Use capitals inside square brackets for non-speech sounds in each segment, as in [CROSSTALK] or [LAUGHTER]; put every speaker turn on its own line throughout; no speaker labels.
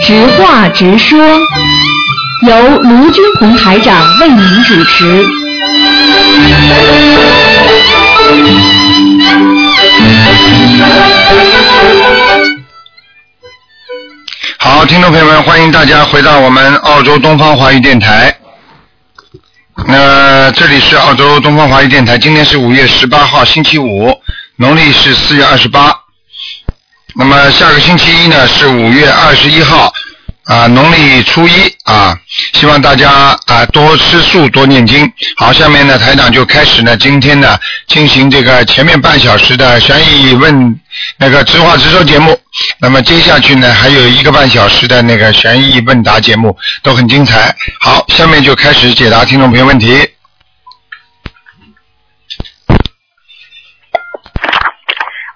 直话直说，由卢军红台长为您主持。
好，听众朋友们，欢迎大家回到我们澳洲东方华语电台。那、这里是澳洲东方华语电台，今天是五月十八号，星期五，农历是四月二十八。那么下个星期一呢是五月二十一号，啊，农历初一啊，希望大家啊多吃素，多念经。好，下面呢台长就开始呢今天呢进行这个前面半小时的悬疑问那个直话直说节目。那么接下去呢还有一个半小时的那个悬疑问答节目都很精彩。好，下面就开始解答听众朋友问题。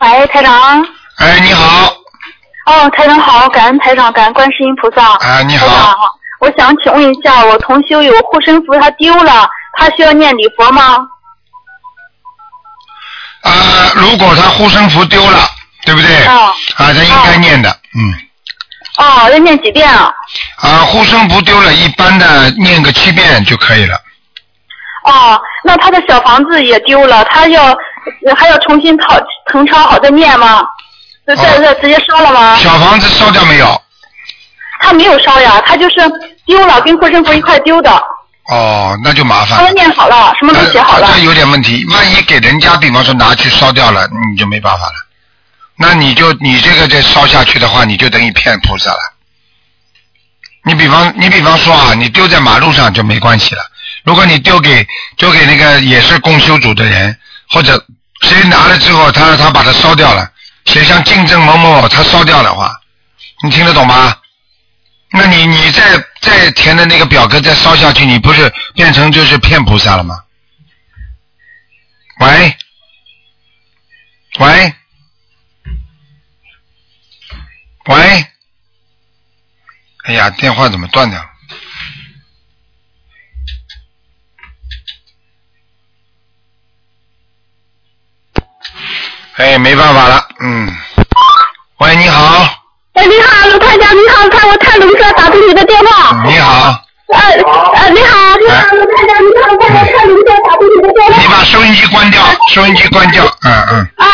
喂，台长。
哎，你好，
哦，台长好，感恩台长，感恩观世音菩萨。
啊，你
台
好，
长，我想请问一下，我同修有护身符，他丢了，他需要念礼佛吗？
啊，如果他护身符丢了，对不对？
哦
啊，他应该念的，嗯。
哦，要念几遍啊？
啊，护身符丢了，一般的念个七遍就可以了。
哦，那他的小房子也丢了，他要还要重新掏腾抄好再念吗？就再
哦
再直接烧了吗？
小房子烧掉没有？
他没有烧呀，他就是丢了，跟护身符一块丢的。
哦，那就麻
他
烦
都
了。
念好了，什么都写好了
呃。这有点问题。万一给人家，比方说拿去烧掉了，你就没办法了。那你就你这个再烧下去的话，你就等于骗菩萨了。你比方你比方说啊，你丢在马路上就没关系了。如果你丢给丢给那个也是供修组的人，或者谁拿了之后，他他把它烧掉了，谁想竞争某某某他烧掉的话，你听得懂吗？那你你再再填的那个表格再烧下去，你不是变成就是骗菩萨了吗？喂，喂，喂，哎呀，电话怎么断掉了？哎，没办法了，嗯。喂，你好，
哎，你好，卢太长，你好，看我太卢哥打通你的电话。
你好，
呃呃，你好，你好，卢太长，你好，看我太卢哥打通你的电
你
话。
把收音机关掉，收音机关掉，嗯嗯
哎，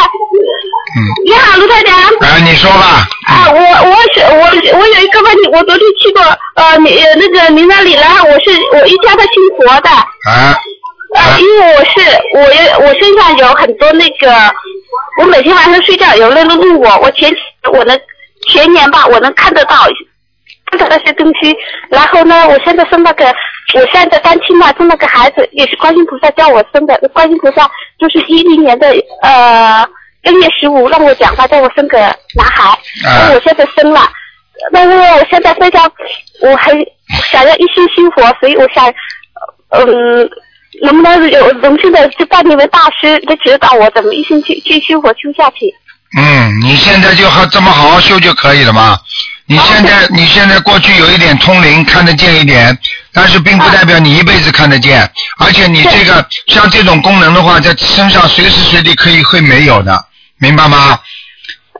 嗯，
你好，卢太长。
哎，你说吧，嗯
啊，我我是我我有一个问题，我昨天去过呃你呃那个您那里了，我是我一家的信佛的，
啊，
呃，因为我是我也我身上有很多那个，我每天晚上睡觉有人路我，我前我能前年吧，我能看得到看到那些东西，然后呢，我现在生了个，我现在单亲嘛，生了个孩子，也是观音菩萨教我生的，观音菩萨就是一零年的呃正月十五让我讲话，叫我生个男孩，那我现在生了，那因为我现在非常，我很想要一心修佛，所以我想，嗯。能不能有荣幸的就拜你为大师来指导我怎么一心去去修佛修下去？
嗯，你现在就好这么好好修就可以了嘛。你现在你现在过去有一点通灵，看得见一点，但是并不代表你一辈子看得见。而且你这个像这种功能的话，在身上随时随地可以会没有的，明白吗？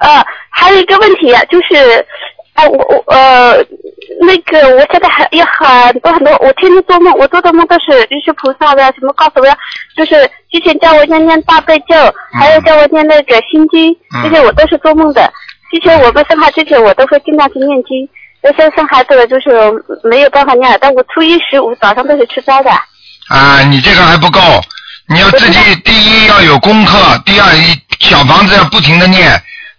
呃，还有一个问题啊就是，哎，我我呃，那个我现在还有很多很多，我天天做梦，我做的梦都是就是菩萨的什么告诉我要，就是之前叫我念念大悲咒，还有叫我念那个心经，这些我都是做梦的。之前我们生孩之前，我都会尽量去念经。但现在生孩子了，就是没有办法念了。但我初一十五早上都是吃斋的。
啊，你这个还不够，你要自己第一要有功课，第二一小房子要不停的念，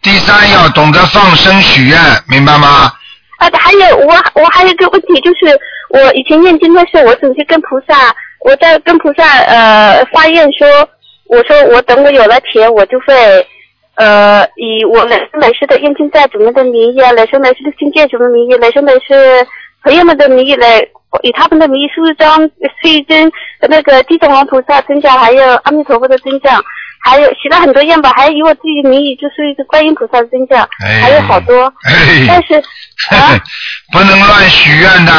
第三要懂得放生许愿，明白吗？
啊，还有我我还有一个问题，就是我以前念经的时候，我总是跟菩萨，我在跟菩萨呃发愿说，我说我等我有了钱，我就会呃以我每生每世的冤亲债主们的名义啊，来生来世的亲眷主们的名义，来生来世朋友们的名义来。以他们的名义塑装、碎真那个地藏王菩萨真相，还有阿弥陀佛的真相，还有许了很多愿吧，还有以我自己的名义就是一个观音菩萨的真相，
哎
还有好多。
嘿
但是啊，
[LAUGHS] 不能乱许愿的。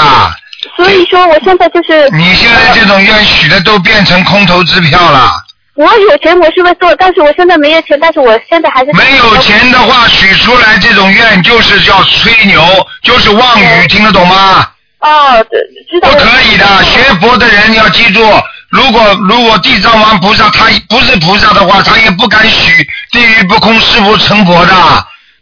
所以说我现在就是
[LAUGHS] 你现在这种愿许的都变成空头支票了，
我有钱，我是会做，但是我现在没有钱，但是我现在还是
没有钱的话，许出来这种愿就是叫吹牛，就是妄语，听得懂吗？
哦，知道
不
了
可以的，学佛的人要记住，如果如果地藏王菩萨他不是菩萨的话，他也不敢许地狱不空，誓不成佛的。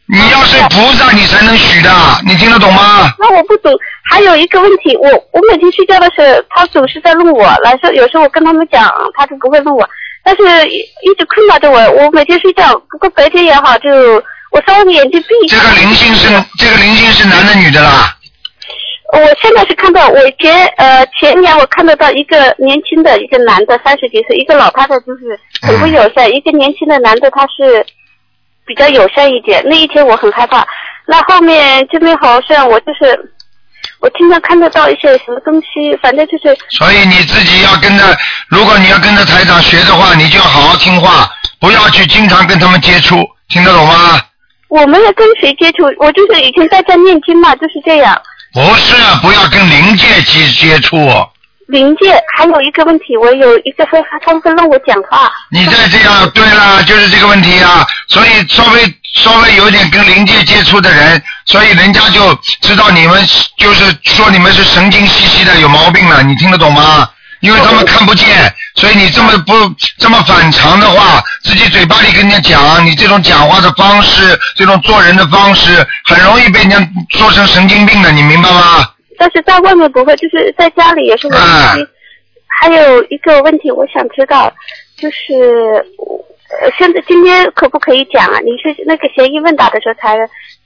你要是菩萨，你才能许的，你听得懂吗？
那我不懂，还有一个问题，我我每天睡觉的时候，他总是在弄我，来说有时候我跟他们讲，他都不会弄我，但是一一直困扰着我。我每天睡觉，不过白天也好，就我稍微眼睛闭一
这
下。
个灵性是这个灵性是男的女的啦？
我现在是看到，我前呃前年我看得到一个年轻的一个男的，三十几岁，一个老太太就是很不友善，一个年轻的男的他是比较友善一点。那一天我很害怕，那后面这边好像我就是我经常看得到一些什么东西，反正就是
所以你自己要跟着，如果你要跟着台长学的话，你就要好好听话，不要去经常跟他们接触，听得懂吗？
我没有跟谁接触，我就是以前在家念经嘛，就是这样。
不是，啊不要跟灵界接接触。哦
灵界还有一个问题，我有一个说他们会让我讲话，
你再这样，对啦，就是这个问题啊。所以稍微稍微有点跟灵界接触的人，所以人家就知道你们就是说你们是神经兮兮的，有毛病了，你听得懂吗？因为他们看不见，所以你这么不这么反常的话，自己嘴巴里跟人家讲，你这种讲话的方式，这种做人的方式，很容易被人家说成神经病的，你明白吗？
但是在外面不会，就是在家里也是我自己。
嗯
还有一个问题，我想知道，就是呃，现在今天可不可以讲啊？你是那个嫌疑问答的时候才，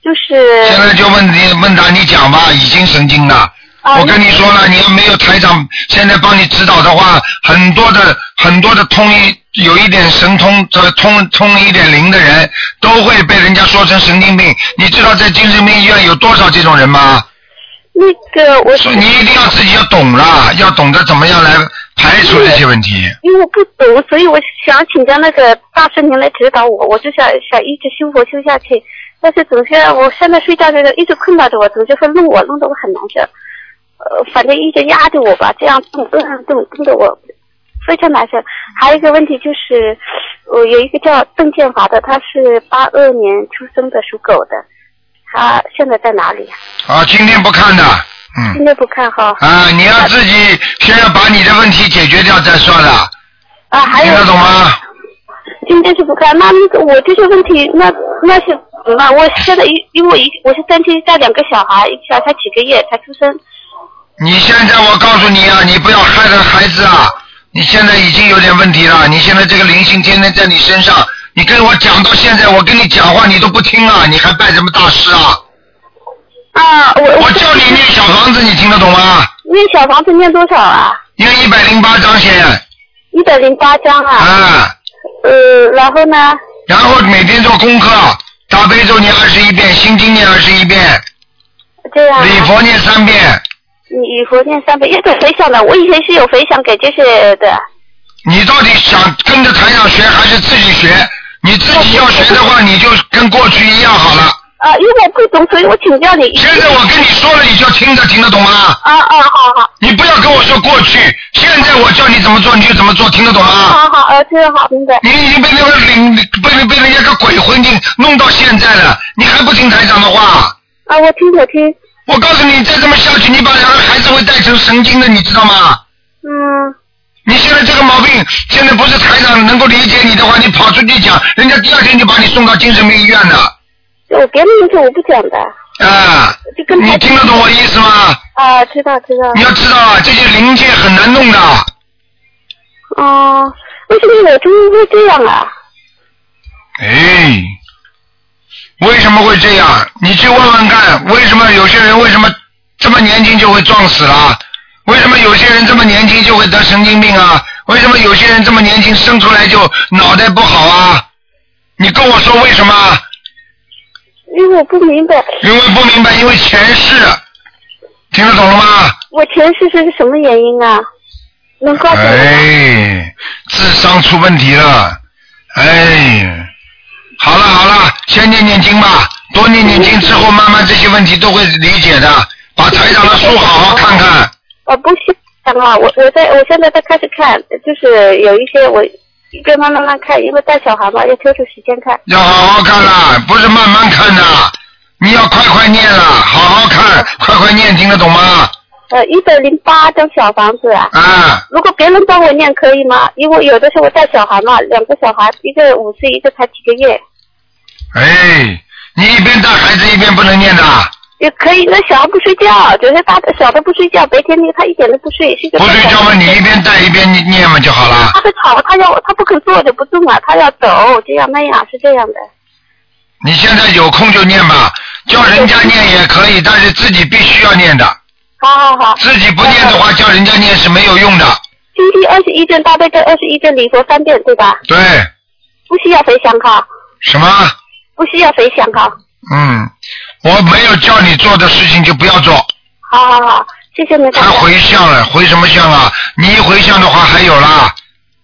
就是
现在就问你问他，你讲吧，已经神经了。
啊
我跟你说了，你要没有台长现在帮你指导的话，很多的很多的通一有一点神通这通通一点灵的人，都会被人家说成神经病。你知道在精神病医院有多少这种人吗？
那个我
所以你一定要自己要懂了，要懂得怎么样来排除这些问题。
因为我不懂，所以我想请教那个大师您来指导我。我就想想一直修佛修下去，但是总是我现在睡觉这个一直困扰着我，总是会弄我，弄得我很难受。呃，反正一直压着我吧，这样嗯动动动动得我非常难受。还有一个问题就是，我有一个叫邓建华的，他是八二年出生的，属狗的，他现在在哪里？
啊，今天不看的，嗯
今天不看哈。
啊，你要自己先要把你的问题解决掉再算了，
啊，还
听
有
得懂吗？
今天是不看，那那个我这些问题，那那是怎么办？我现在因因为我一我是单亲带两个小孩，一个小孩才几个月才出生，
你现在我告诉你啊，你不要害了孩子啊！你现在已经有点问题了，你现在这个灵性天天在你身上，你跟我讲到现在，我跟你讲话你都不听啊，你还拜什么大师啊？
啊，我
我叫你念小房子，你听得懂吗？
念小房子念多少啊？
念一百零八章先
一百零八张啊，
啊，
呃，然后呢，
然后每天做功课，大悲咒念二十一遍，心经念二十一遍，
这样、啊，
礼佛念三遍。
礼佛念三遍，要给回想的，我以前是有回想给这些的，
你到底想跟着台长学还是自己学？你自己要学的话，你就跟过去一样好了。
啊，因为我不懂，所以我请教你。
现在我跟你说了，你就听着，听得懂吗？
啊啊，好好
你不要跟我说过去，现在我叫你怎么做你就怎么做，听得懂吗？
好好，呃，这样好，明白。
你已经被那个灵被被人家个鬼魂精弄到现在了，你还不听台长的话？
啊，我听我听，
我告诉你，再这么下去，你把两个孩子会带成神经的，你知道吗？
嗯，
你现在这个毛病，现在不是台长能够理解你的话，你跑出去讲，人家第二天就把你送到精神病医院了。
我别的东西我不讲的，
啊，
就跟
你
他
听得懂我意思吗？
啊，知道知道。
你要知道啊，这些灵界很难弄的。
哦，为什么我中医会这样啊？
哎，为什么会这样？你去问问看，为什么有些人为什么这么年轻就会撞死了？为什么有些人这么年轻就会得神经病啊？为什么有些人这么年轻生出来就脑袋不好啊？你跟我说为什么？
因为我不明白，
因为不明白，因为前世，听得懂了吗？
我前世是什么原因啊？能告诉我吗？
哎，智商出问题了，哎，好了好了，先念念经吧，多念念经之后，慢慢这些问题都会理解的。把台长的书好好看看，
我不想啊，我我在我现在在开始看，就是有一些我跟他慢慢看，因为带小孩嘛，要抽出时间看。
要好好看啦，不是慢慢看的，你要快快念啦，好好看，快快念，听得懂吗？
呃，一百零八张小房子啊。
啊，
如果别人帮我念可以吗？因为有的时候我带小孩嘛，两个小孩，一个五岁，一个才几个月，
哎，你一边带孩子一边不能念的，
也可以。那小孩不睡觉，有些大的小的不睡觉，白天那个他一点都不睡，睡觉
不睡觉嘛，你一边带一边念嘛就好了。
他被吵了，他要他不肯坐着不动啊，他要走，这样那样是这样的。
你现在有空就念吧，叫人家念也可以，但是自己必须要念的，
好好好，
自己不念的话，叫人家念是没有用的。
星期二十一遍大悲咒，二十一遍礼佛三遍，对吧？
对，
不需要回想哈，
什么？
不需要回想哈。
嗯，我没有叫你做的事情就不要做，
好好好，谢谢你大
还
家。
回向了，回什么向啊？你一回向的话还有啦，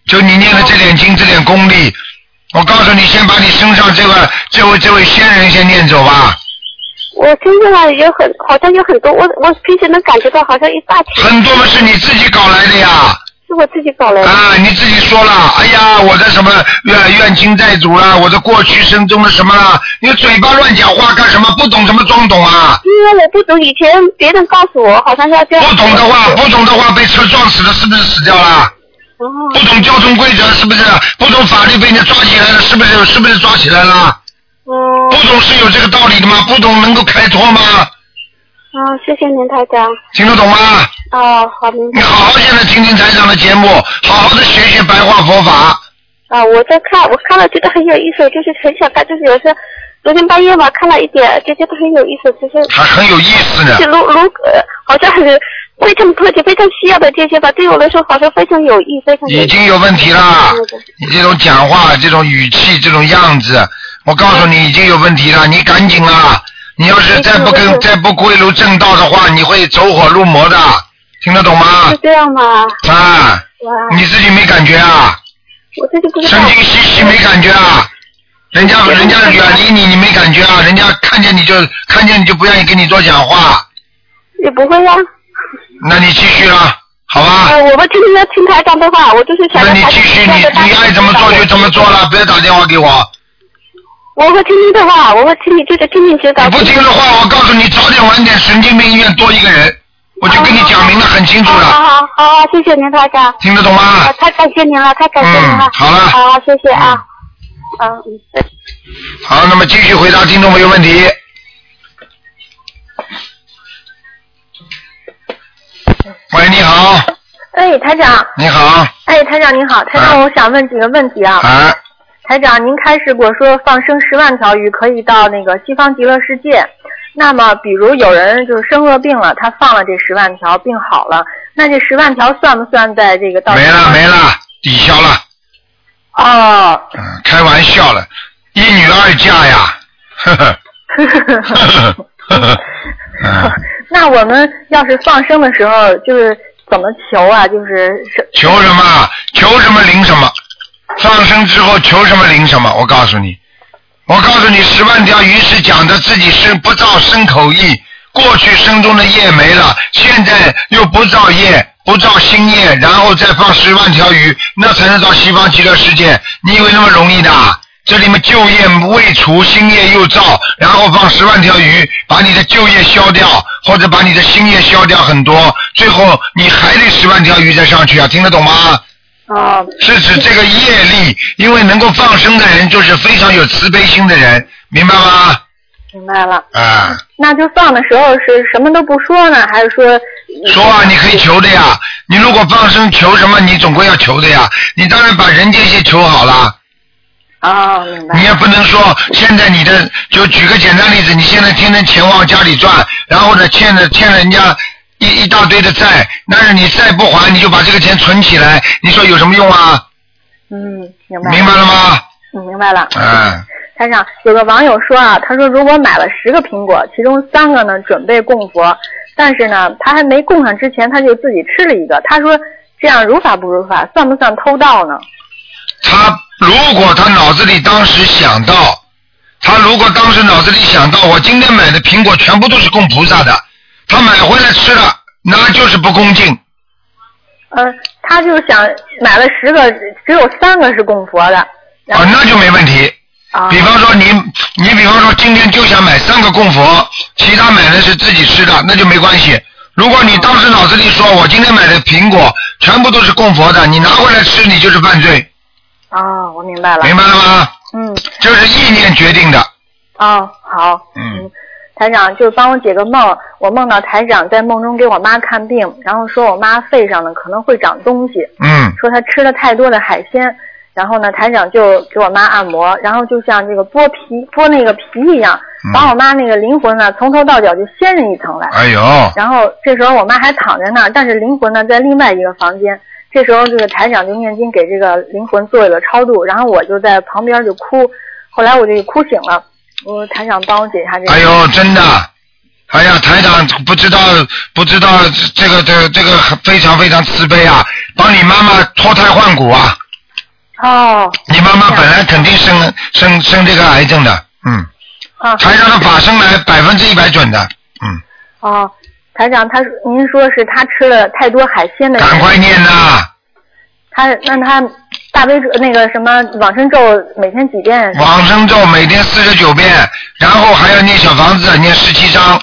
就你念的这点经，这点功力，我告诉你，先把你身上这个这位这位仙人先念走吧，
我身上有很好像有很多，我我平时能感觉到好像一大群
很多嘛是你自己搞来的呀。
是我自己搞来的。
啊，你自己说了，哎呀，我的什么怨怨亲债主啦，啊我的过去生中的什么啦，你嘴巴乱讲话干什么？不懂什么装懂啊？
因为我不懂，以前别人告诉我好像要这样。
不懂的话，不懂的话被车撞死了，是不是死掉了？
哦
不懂交通规则是不是？不懂法律被人家抓起来了，是不是？是不是抓起来了？
嗯
不懂是有这个道理的吗？不懂能够开脱吗？
嗯，谢谢您台长。
听得懂吗？
哦，好明
你
白。
好好现在听听台长的节目，好好的学学白话佛法。
啊，我在看，我看了觉得很有意思，就是很想看，就是有时候昨天半夜嘛看了一点，就觉得很有意思，就是
还很有意思呢
就，如如呃，好像很非常迫切、非常需要的这些吧，对我来说好像非常有益，非常有
已
益。
经有问题啦。你这种讲话、这种语气、这种样子，我告诉你已经有问题了，你赶紧啊！你要是再不
没
跟
事
再不归入正道的话，你会走火入魔的，听得懂吗
是？这样吗？
啊，
哇，
你自己没感觉啊？
我自己不知道
神。经兮兮没感觉啊，人家人家远离你，你没感觉啊，人家看见你就看见你就不愿意跟你多讲话，
也不会呀、啊
那你继续啦，好吧？
呃，我们天天在听台长的话，我就是想
啊那
让
你
台
继
长
续，
知道
你
的大
你
家
爱怎么
知道
做
我
就怎么做了，不要打电话给我。
我会听你的话，我会听你，就是听你指导。
你不听的话，我告诉你，早点晚点，神经病医院多一个
哦
人，我就跟你讲明的很清楚
好
了，
啊好好好好，谢谢您，台长。
听得懂
啊
吗，？
太感谢哦您了，太感谢您了。
嗯好了
好好，谢谢啊。嗯嗯，再见
好，那么继续回答听众朋友问题。喂，你好，
哎，台长，
你好，
哎，台长您好，台长，
啊
我想问几个问题啊。
哎，
台长，您开始过说放生十万条鱼可以到那个西方极乐世界，那么比如有人就是生恶病了，他放了这十万条，病好了，那这十万条算不算在这个到
没了没了，抵消了，
哦，
嗯，开玩笑了，一女二嫁呀，呵
[LAUGHS]
呵呵呵呵呵，嗯，
那我们要是放生的时候，就是怎么求啊？就是是
求什么？求什么灵什么？放生之后求什么灵什么？我告诉你，我告诉你，十万条鱼是讲的自己生不造身口意，过去生中的业没了，现在又不造业，不造新业，然后再放十万条鱼，那才能到西方极乐世界。你以为那么容易的啊？这里面旧业未除，新业又造，然后放十万条鱼，把你的旧业消掉，或者把你的新业消掉很多，最后你还得十万条鱼再上去啊！听得懂吗？
哦
是指这个业力，因为能够放生的人就是非常有慈悲心的人，明白吗？
明白了。
啊，
那就放的时候是什么都不说呢，还是说
说啊，你可以求的呀。你如果放生求什么，你总归要求的呀。你当然把人间先求好了，
哦，明白
你。也不能说现在你的就举个简单例子，你现在天天钱往家里赚，然后呢欠着欠人家一一大堆的债，但是你再不还，你就把这个钱存起来，你说有什么用啊？
嗯，明白。
明白了吗？
嗯，明白了。
嗯，
台长，有个网友说啊，他说如果买了十个苹果，其中三个呢准备供佛，但是呢他还没供上之前他就自己吃了一个，他说这样如法不如法，算不算偷盗呢？
他如果他脑子里当时想到，他如果当时脑子里想到，我今天买的苹果全部都是供菩萨的，他买回来吃了，那就是不恭敬。
呃，他就想买了十个，只有三个是供佛的。
啊，
然后
那就没问题。
啊
比方说你，你比方说今天就想买三个供佛，其他买的是自己吃的，那就没关系。如果你当时脑子里说我今天买的苹果全部都是供佛的，你拿回来吃，你就是犯罪，
啊，我明白了。
明白了吗？
嗯，
这是意念决定的。
哦，好。
嗯，
台长就是帮我解个梦，我梦到台长在梦中给我妈看病，然后说我妈肺上呢可能会长东西，
嗯
说她吃了太多的海鲜，然后呢台长就给我妈按摩，然后就像这个剥皮剥那个皮一样，
嗯
把我妈那个灵魂呢从头到脚就掀了一层来。
哎呦，
然后这时候我妈还躺在那儿，但是灵魂呢在另外一个房间。这时候这个台长就念经给这个灵魂做了超度，然后我就在旁边就哭，后来我就哭醒了。我台长帮我解一下这个。
哎呦，真的，哎呀，台长不知道不知道这个这个这个非常非常慈悲啊，帮你妈妈脱胎换骨啊。
哦，
你妈妈本来肯定生生生这个癌症的，嗯，
啊，
台上的法生来百分之一百准的，嗯，
哦，台长，他说您说是他吃了太多海鲜的，
赶快念呐，
他那他大悲咒那个什么往生咒每天几遍？
往生咒每天四十九遍，然后还要念小房子，念十七章，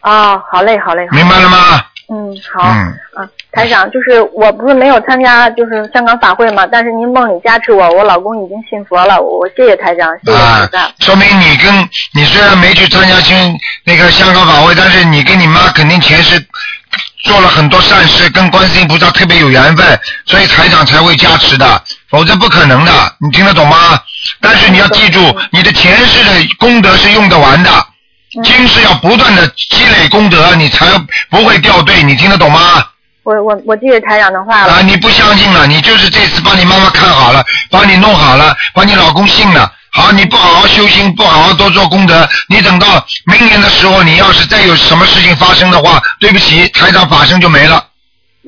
哦，好嘞，好嘞，好嘞
明白了吗？
嗯，好。
嗯，
啊，台长，就是我不是没有参加就是香港法会嘛，但是您梦里加持我，我老公已经信佛了，我我谢谢台长，谢谢菩
啊
萨。，
说明你跟你虽然没去参加新那个香港法会，但是你跟你妈肯定前世做了很多善事，跟观世音菩萨特别有缘分，所以台长才会加持的，否则不可能的，你听得懂吗？但是你要记
嗯
住，你的前世的功德是用得完的，
嗯
今世要不断的积累功德，你才不会掉队，你听得懂吗？
我我我记得台长的话了
啊，。你不相信了，你就是这次帮你妈妈看好了，帮你弄好了，帮你老公信了。好，你不好好修心，不好好多做功德，你等到明年的时候，你要是再有什么事情发生的话，对不起，台长法身就没了。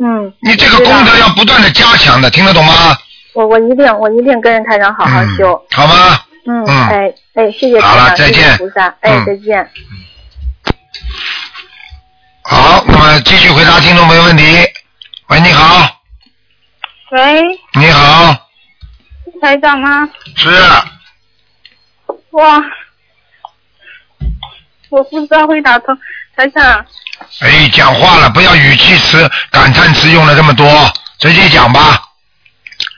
嗯，
你这个功德要不断的加强的，听得懂吗？
我我一定我一定跟着台长好好修。
嗯，好吗？
嗯，
嗯
哎哎，谢谢
好了
台长，
再
谢
见
谢菩萨，哎
嗯，
再见。
好，那么继续回答听众朋友问题。喂，你好，
喂，
你好，
台长吗？
是
哇，我不知道会打通，台长。
哎，讲话了，不要语气词、感叹词用了这么多，直接讲吧。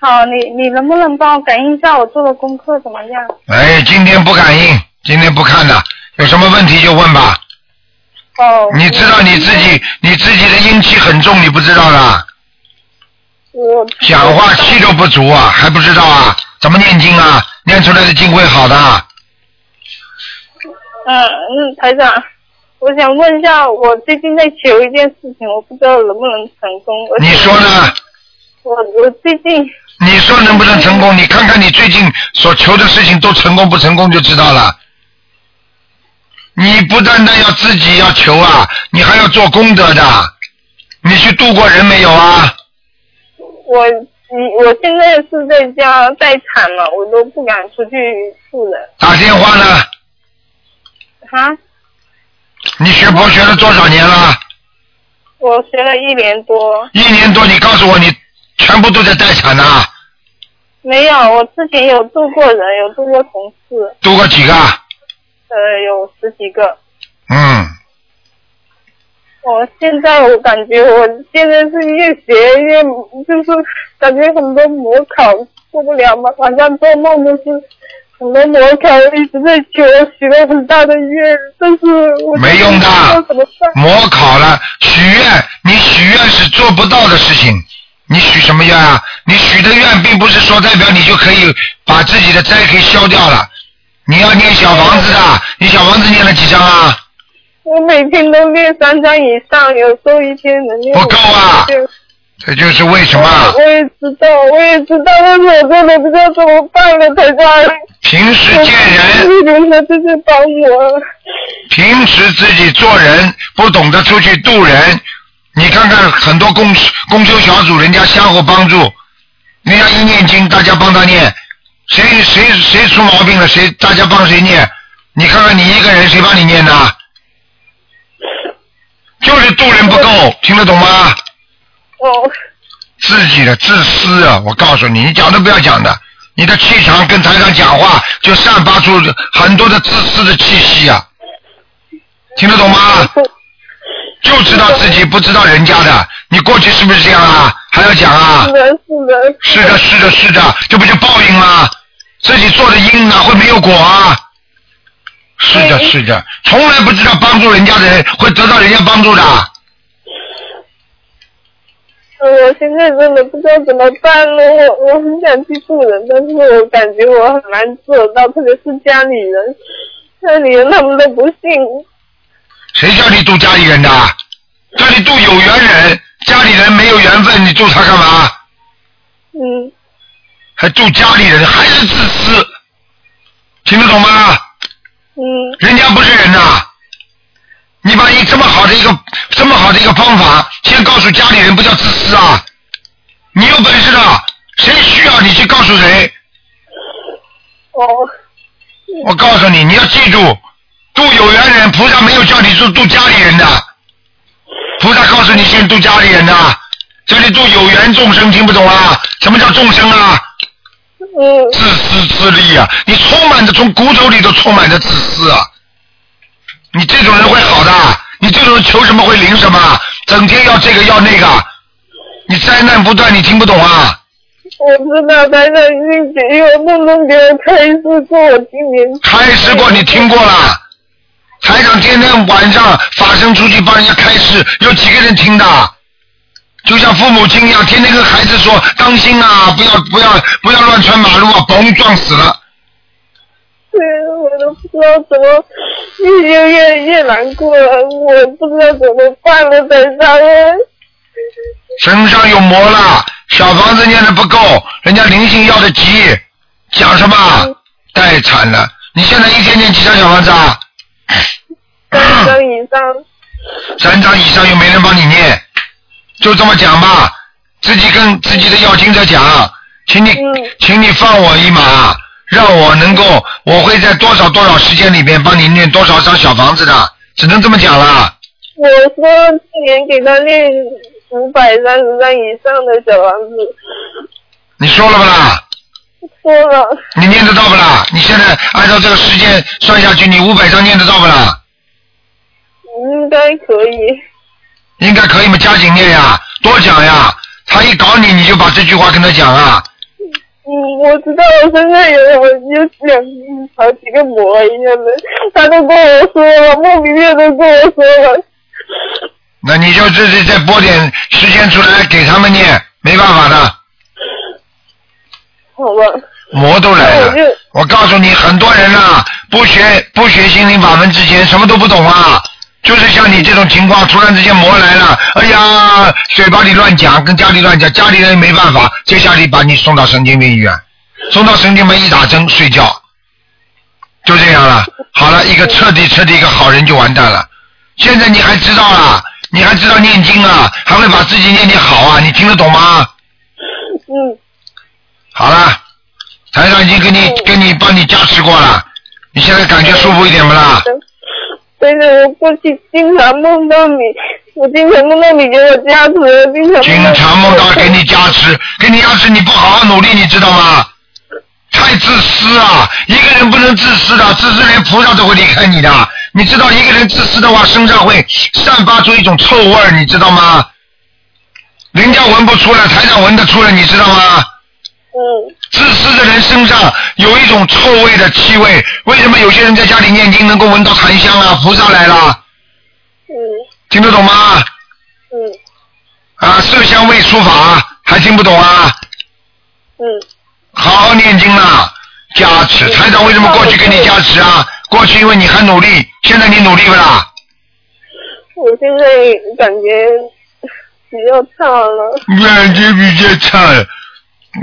好，你你能不能帮我感应一下我做的功课怎么样？
哎，今天不感应，今天不看的，有什么问题就问吧。
哦，
你知道你自己，你自己的阴气很重，你不知道的，
我
讲话气都不足啊，还不知道啊？怎么念经啊？念出来的经会好的。啊
嗯嗯，台长，我想问一下，我最近在求一件事情，我不知道能不能成功。而且
你说呢？
我我最近
你说能不能成功？你看看你最近所求的事情都成功不成功就知道了。你不单单要自己要求啊，你还要做功德的。你去度过人没有啊？
我你我现在是在家待产嘛，我都不敢出去住人
打电话呢？
哈。
你学佛学了多少年了？
我学了一年多，
一年多，你告诉我你全部都在待产呐、
没有，我之前有度过人，有度过同事，
度过几个？
呃，有十几个。
嗯，
我现在我感觉我现在是越学越就是感觉很多模考过不了嘛，晚上做梦都是很多模考一直在求，许了很大的愿，但是我
没用的
不知道怎么办？
模考了，许愿，你许愿是做不到的事情。你许什么愿啊？你许的愿并不是说代表你就可以把自己的灾给消掉了。你要念小房子的，你小房子念了几张啊？
我每天都练三张以上，有时候一天能练五
不够啊
张就
这就是为什么
我也知道，我也知道，但是我真的不知道怎么办了，台长。
平时见人，
你 [LAUGHS] 们说这是帮我。
平时自己做人不懂得出去度人，你看看很多公公修小组，人家相互帮助，人家一念经，大家帮他念，谁谁谁出毛病了，谁大家帮谁念，你看看你一个人谁帮你念的？就是度人不够，听得懂吗？
哦，
自己的自私啊！我告诉你，你讲都不要讲的，你的气场跟台上讲话就散发出很多的自私的气息啊！听得懂吗？就知道自己不知道人家的，你过去是不是这样啊？还要讲啊？
的，是
是的，
的，
是的，是的，这不就报应吗？自己做的因哪会没有果啊？是的，是的，从来不知道帮助人家的人会得到人家帮助的。
呃我现在真的不知道怎么办了。我我很想去做人，但是我感觉我很难做到，特别是家里人，家里人他们都不信。
谁叫你度家里人的？叫你度有缘人，家里人没有缘分，你度他干嘛？
嗯，
还度家里人，还是自私，听得懂吗？
嗯，
人家不是人呐、你把你这么好的一个这么好的一个方法，先告诉家里人，不叫自私啊！你有本事的，谁需要你去告诉谁？
哦，
我告诉你，你要记住，度有缘人，菩萨没有叫你去度家里人的，菩萨告诉你先度家里人的，叫你度有缘众生，听不懂啊？什么叫众生啊？
嗯
自私自利啊！你充满着从骨头里都充满着自私啊！你这种人会好的？你这种人求什么会灵什么？整天要这个要那个，你灾难不断，你听不懂啊？
我知道台长已经给我梦中给我开示过，我今年
开示过你听过了，台长天天晚上法身出去帮人家开示，有几个人听的？就像父母亲一样，天天跟孩子说当心啊，不要不要不要乱穿马路啊，嘣撞死了。
对，我都不知道怎么，越越越越难过了，我不知道怎么办了，台长。
身上有魔了，小房子念的不够，人家灵性要的急，讲什么？太惨了！你现在一天念几张小房子啊？
三张以上，
三张以上又没人帮你念，就这么讲吧。自己跟自己的要经者讲，请你，请你放我一马，让我能够，我会在多少多少时间里面帮你念多少张小房子的，只能这么讲了。
我说今年给他练五百三十张以上的小房子，
你说了不啦？
说了，
你念得到不啦？你现在按照这个时间算下去，你五百张念得到不啦？
应该可以。
应该可以嘛，加紧念呀，多讲呀。他一搞你，你就把这句话跟他讲啊。
嗯，我知道我身上有有有两好几个膜一样的，他都跟我说了，莫名月都跟我说了。
那你就自己再拨点时间出来给他们念，没办法的，
好吧，
魔都来了
那我就。
我告诉你，很多人呐、不学不学心灵法门之前，什么都不懂啊。就是像你这种情况，突然之间魔来了，哎呀，嘴巴里乱讲，跟家里乱讲，家里人没办法，接下来把你送到神经病医院，送到神经门一打针睡觉，就这样了。好了，一个彻底彻底一个好人就完蛋了。现在你还知道啦，你还知道念经啊，还会把自己念念好啊，你听得懂吗？
嗯，
好了，台长已经给你给你帮你加持过了，你现在感觉舒服一点不啦？
但是我过去经常梦到你，我经常梦到你给我加持，我经常
经常梦到给你加持，给你加持，你不好好努力，你知道吗？太自私了，一个人不能自私的，自私连菩萨都会离开你的。你知道一个人自私的话，身上会散发出一种臭味儿，你知道吗？人家闻不出来，台长闻得出来，你知道吗？
嗯
自私的人身上有一种臭味的气味，为什么有些人在家里念经能够闻到檀香啊？菩萨来了，
嗯
听得懂吗？
嗯
啊，色香味触法还听不懂啊？
嗯
好好念经啦，加持。台长为什么过去给你加持啊？过去因为你还努力，现在你努力不啦？
我现在感觉比较差了。
感觉比较差。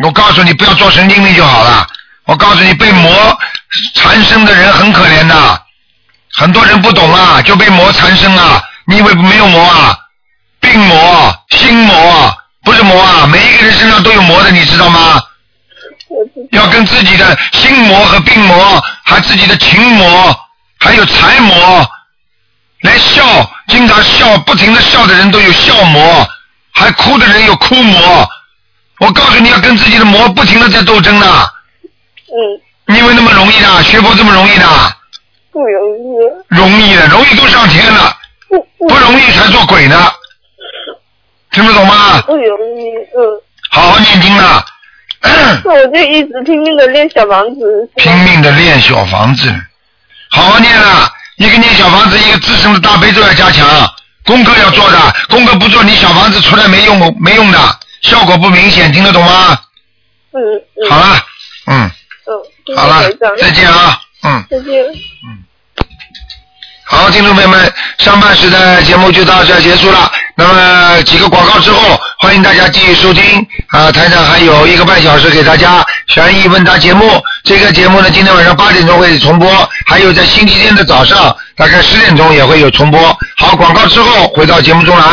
我告诉你，不要做神经病就好了。我告诉你，被魔缠身的人很可怜的，很多人不懂啊，就被魔缠身啊。你以为没有魔啊？病魔、心魔，不是魔啊！每一个人身上都有魔的，你知道吗？
我知
要跟自己的心魔和病魔，还自己的情魔，还有财魔，连笑，经常笑，不停的笑的人都有笑魔，还哭的人有哭魔，我告诉你要跟自己的魔不停的在斗争呢。
嗯，
你以为那么容易的？学佛这么容易的？
不容易。
容易的，容易都上天了，
不
不容易才做鬼呢。听得懂吗？
不容易，嗯，
好好念经啊，
那我就一直拼命的练小房子，
[CLEARS THROAT]
是
拼
吗？
命的练小房子，好好念啊！一个念小房子，一个自身的大悲咒要加强，功课要做的，功课不做，你小房子出来没用，没用的，效果不明显，听得懂吗？
嗯嗯
好了，嗯，
嗯，
好了，再见啊，嗯。
再见。
好，听众朋友们，上半时的节目就到这儿结束了。那么几个广告之后，欢迎大家继续收听啊、台长还有一个半小时给大家悬疑问答节目。这个节目呢，今天晚上八点钟会重播，还有在星期天的早上大概十点钟也会有重播。好，广告之后回到节目中来。